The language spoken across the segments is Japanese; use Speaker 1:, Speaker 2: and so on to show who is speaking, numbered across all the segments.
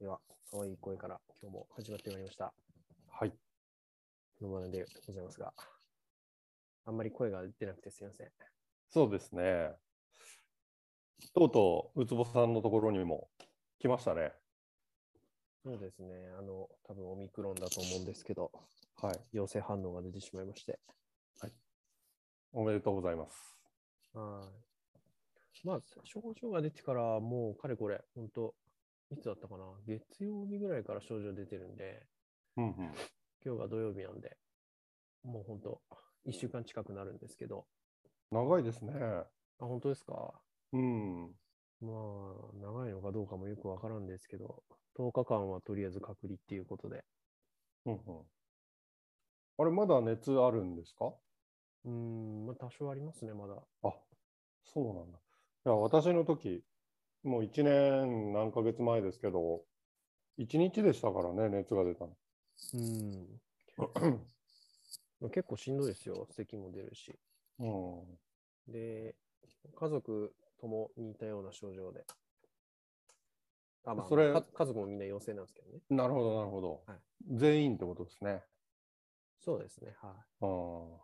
Speaker 1: では、可愛い声から今日も始まってまいりました。
Speaker 2: はい。
Speaker 1: のまねでございますが、あんまり声が出なくてすいません。
Speaker 2: そうですね。とうとう、ウツボさんのところにも来ましたね。
Speaker 1: そうですね、あの、多分オミクロンだと思うんですけど、
Speaker 2: はい。
Speaker 1: 陽性反応が出てしまいまして。
Speaker 2: おめでとうございます。
Speaker 1: はい。まあ、症状が出てからもう、かれこれ、本当いつだったかな、月曜日ぐらいから症状出てるんで、
Speaker 2: うんうん。
Speaker 1: 今日が土曜日なんで、もう本当1週間近くなるんですけど、
Speaker 2: 長いですね。
Speaker 1: あ、本当ですか
Speaker 2: うん。
Speaker 1: まあ、長いのかどうかもよくわからんですけど、10日間はとりあえず隔離っていうことで、
Speaker 2: うんうん、あれ、まだ熱あるんですか
Speaker 1: うーん、まあ、多少ありますね、まだ。
Speaker 2: あ、そうなんだ。いや、私の時、もう1年何ヶ月前ですけど、1日でしたからね、熱が出たの。
Speaker 1: うん。 結構しんどいですよ、咳も出るし。
Speaker 2: うん。
Speaker 1: で、家族とも似たような症状で。あまあ、
Speaker 2: それ
Speaker 1: か家族もみんな陽性なんですけどね。
Speaker 2: なるほど、なるほど。
Speaker 1: はい
Speaker 2: 全員ってことですね。
Speaker 1: そうですね、はい。
Speaker 2: うん。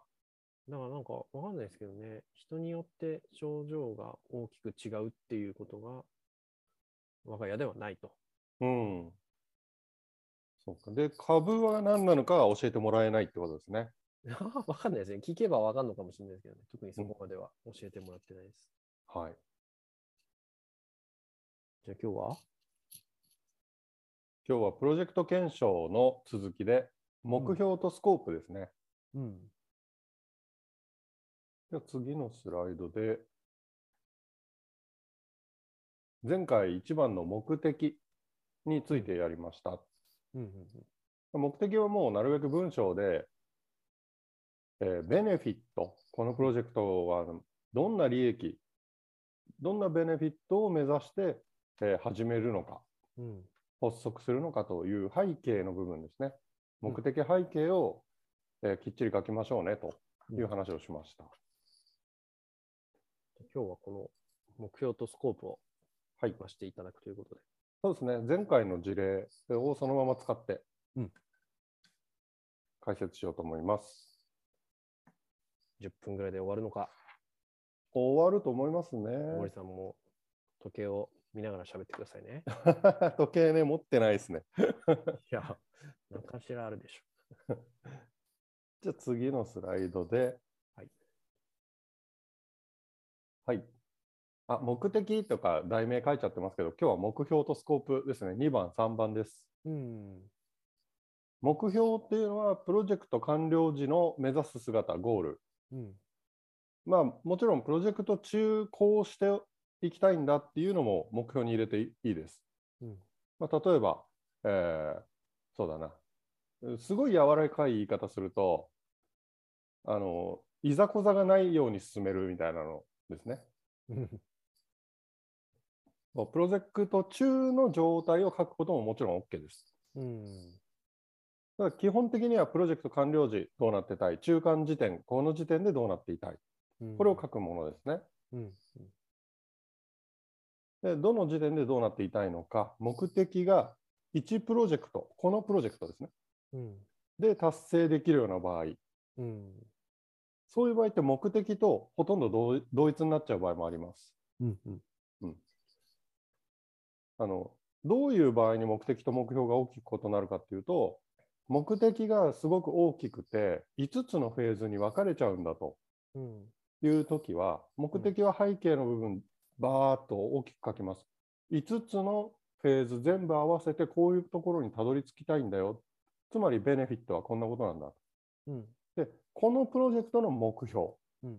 Speaker 1: だからなんかわかんないですけどね、人によって症状が大きく違うっていうことが、我が家ではないと。
Speaker 2: うん。そうか。で、株は何なのかは教えてもらえないってことですね。
Speaker 1: わかんないですね。聞けばわかんのかもしれないですけどね、特にそこまでは教えてもらってないです。
Speaker 2: はい。
Speaker 1: じゃあ今日は
Speaker 2: 今日はプロジェクト検証の続きで、目標とスコープですね。
Speaker 1: うん。
Speaker 2: じゃあ次のスライドで、前回一番の目的についてやりました。
Speaker 1: うんうんうん。
Speaker 2: 目的はもうなるべく文章で、えーベネフィット、このプロジェクトはどんな利益、どんなベネフィットを目指して、えー始めるのか、
Speaker 1: うん。
Speaker 2: 発足するのかという背景の部分ですね。目的背景を、えーきっちり書きましょうねという話をしました。
Speaker 1: 今日はこの目標とスコープを
Speaker 2: はい
Speaker 1: 増していただくということで。
Speaker 2: そうですね、前回の事例をそのまま使って
Speaker 1: うん
Speaker 2: 解説しようと思います。
Speaker 1: 10分ぐらいで終わるのか、
Speaker 2: 終わると思います
Speaker 1: 大森
Speaker 2: ね。
Speaker 1: さんも時計を見ながら喋ってく ださいね。
Speaker 2: 時計ね、持ってないですね。
Speaker 1: いや、何かしらあるでしょ。
Speaker 2: じゃあ次のスライドで。
Speaker 1: はい。
Speaker 2: はい。あ、目的とか題名書いちゃってますけど、今日は目標とスコープですね。2番、3番です。
Speaker 1: うん。
Speaker 2: 目標っていうのは、プロジェクト完了時の目指す姿、ゴール。
Speaker 1: うん。
Speaker 2: まあ、もちろん、プロジェクト中、こうしていきたいんだっていうのも目標に入れていいです。
Speaker 1: うん。
Speaker 2: まあ、例えば、えーそうだな、うんすごい柔らかい言い方すると、あの、いざこざがないように進めるみたいなのですね。
Speaker 1: うん。
Speaker 2: もうプロジェクト中の状態を書くことももちろん OK です。
Speaker 1: うん。
Speaker 2: ただ基本的にはプロジェクト完了時どうなってたい、中間時点、この時点でどうなっていたい、
Speaker 1: うん
Speaker 2: これを書くものですね。
Speaker 1: うん。
Speaker 2: でどの時点でどうなっていたいのか、目的が1プロジェクト、このプロジェクトですね。
Speaker 1: うん。
Speaker 2: で、達成できるような場合、
Speaker 1: うん。
Speaker 2: そういう場合って目的とほとんど同同一になっちゃう場合もあります。
Speaker 1: うん。うん。
Speaker 2: あのどういう場合に目的と目標が大きく異なるかっていうと目的がすごく大きくて5つのフェーズに分かれちゃうんだと
Speaker 1: うん。
Speaker 2: いう時は目的は背景の部分バーッと大きく書きます。5つのフェーズ全部合わせてこういうところにたどり着きたいんだよ。つまりベネフィットはこんなことなんだ。
Speaker 1: うん。
Speaker 2: でこのプロジェクトの目標
Speaker 1: うん。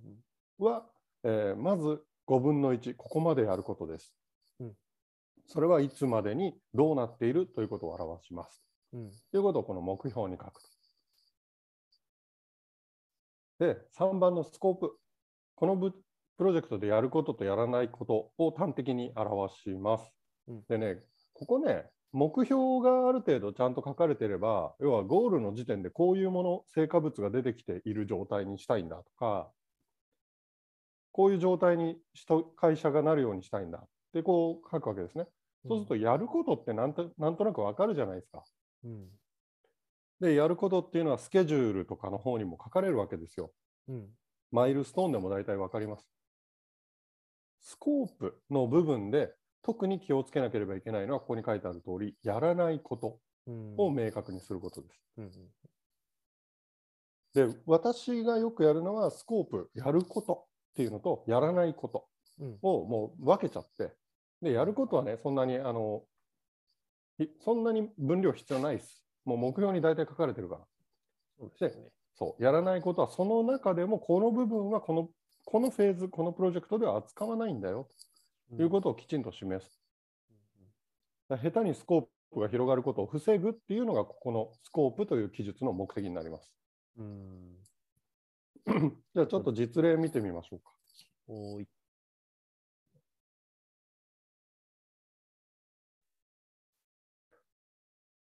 Speaker 2: は、えーまず5分の1、ここまでやることです。
Speaker 1: うん
Speaker 2: それはいつまでにどうなっているということを表します。
Speaker 1: うん。
Speaker 2: ということをこの目標に書くと。で、3番のスコープ。このぶプロジェクトでやることとやらないことを端的に表します。
Speaker 1: うん
Speaker 2: でね、ここね、目標がある程度ちゃんと書かれてれば、要はゴールの時点でこういうもの、成果物が出てきている状態にしたいんだとか、こういう状態にした会社がなるようにしたいんだってこう書くわけですね。そうすると、やることってなんとなんとなくわかるじゃないですか。
Speaker 1: うん、
Speaker 2: で、やることっていうのはスケジュールとかの方にも書かれるわけですよ。
Speaker 1: うん、
Speaker 2: マイルストーンでも大体わかります。スコープの部分で特に気をつけなければいけないのは、ここに書いてある通り、やらないこと
Speaker 1: うん、
Speaker 2: を明確にすることです。
Speaker 1: うん、
Speaker 2: で、私がよくやるのは、スコープ、やることっていうのと、やらないこと
Speaker 1: うん、
Speaker 2: をもう分けちゃって、で、やることはね、そんなに、あの、いそんなに分量必要ないです。もう目標に大体書かれてるから。
Speaker 1: そうですよね。、
Speaker 2: そう、やらないことは、その中でも、この部分はこの、このフェーズ、このプロジェクトでは扱わないんだよということとをきちんと示す。だから下手にスコープが広がることを防ぐっていうのが、ここのスコープという記述の目的になります。
Speaker 1: うん、
Speaker 2: じゃあ、ちょっと実例見てみましょうか。
Speaker 1: おーい、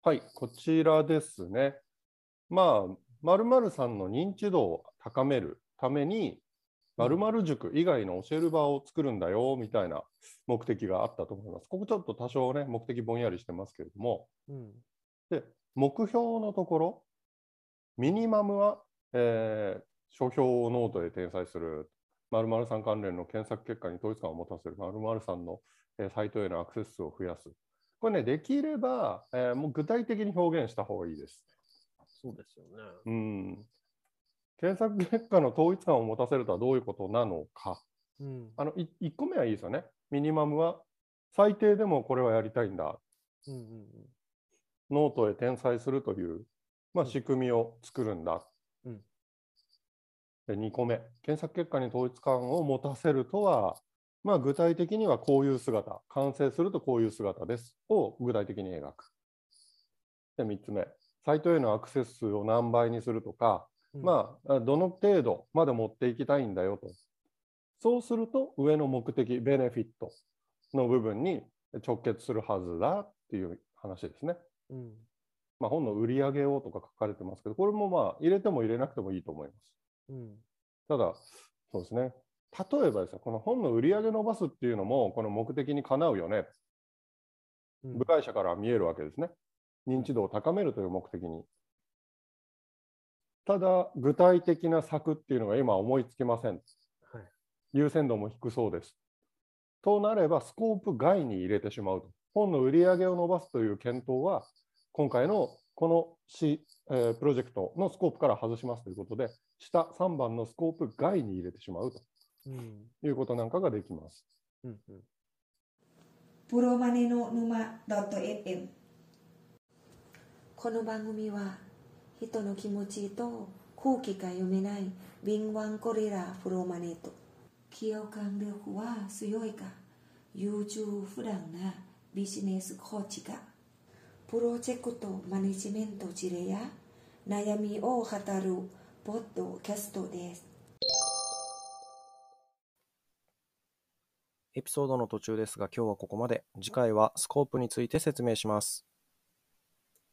Speaker 2: はい、こちらですね。まあ、〇〇さんの認知度を高めるために、〇〇塾以外の教える場を作るんだよみたいな目的があったと思います。ここちょっと多少ね、目的ぼんやりしてますけれども、
Speaker 1: うん、
Speaker 2: 目標のところ、ミニマムは、えー書評をノートで転載する、〇〇さん関連の検索結果に統一感を持たせる、〇〇さんの、えーサイトへのアクセス数を増やす。これね、できれば、えーもう具体的に表現した方がいいです。
Speaker 1: そうですよね。
Speaker 2: うん検索結果の統一感を持たせるとはどういうことなのか。
Speaker 1: うん、
Speaker 2: あのい1個目はいいですよね。ミニマムは最低でもこれはやりたいんだ。
Speaker 1: うん、うん、
Speaker 2: ノートへ転載するという、まあ、
Speaker 1: うん
Speaker 2: 仕組みを作るんだ。
Speaker 1: うん
Speaker 2: で2個目、検索結果に統一感を持たせるとは、まあ、具体的にはこういう姿、完成するとこういう姿ですを具体的に描く。で3つ目、サイトへのアクセス数を何倍にするとか、
Speaker 1: うん、
Speaker 2: まあ、どの程度まで持っていきたいんだよと。そうすると、上の目的、ベネフィットの部分に直結するはずだっていう話ですね。
Speaker 1: うん、
Speaker 2: まあ、本の売り上げをとか書かれてますけど、これもまあ入れても入れなくてもいいと思います。
Speaker 1: うん、
Speaker 2: ただ、そうですね。例えばですね、この本の売り上げ伸ばすっていうのも、この目的にかなうよね。
Speaker 1: うん
Speaker 2: 部外者から見えるわけですね。認知度を高めるという目的に。ただ、具体的な策っていうのが今思いつきません。
Speaker 1: はい
Speaker 2: 優先度も低そうです。となれば、スコープ外に入れてしまうと。本の売り上げを伸ばすという検討は、今回のこのし、えープロジェクトのスコープから外しますということで、下3番のスコープ外に入れてしまうと
Speaker 1: うん、
Speaker 2: いうことなんかができます。
Speaker 1: うん、うん。
Speaker 3: プロマネの沼 .fm この番組は人の気持ちと空気が読めない敏腕コレラプロマネと共感力は強いが優柔不断なビジネスコーチがプロジェクトマネジメント事例や悩みを語るポッドキャストです
Speaker 4: エピソードの途中ですが今日はここまで。次回はスコープについて説明します。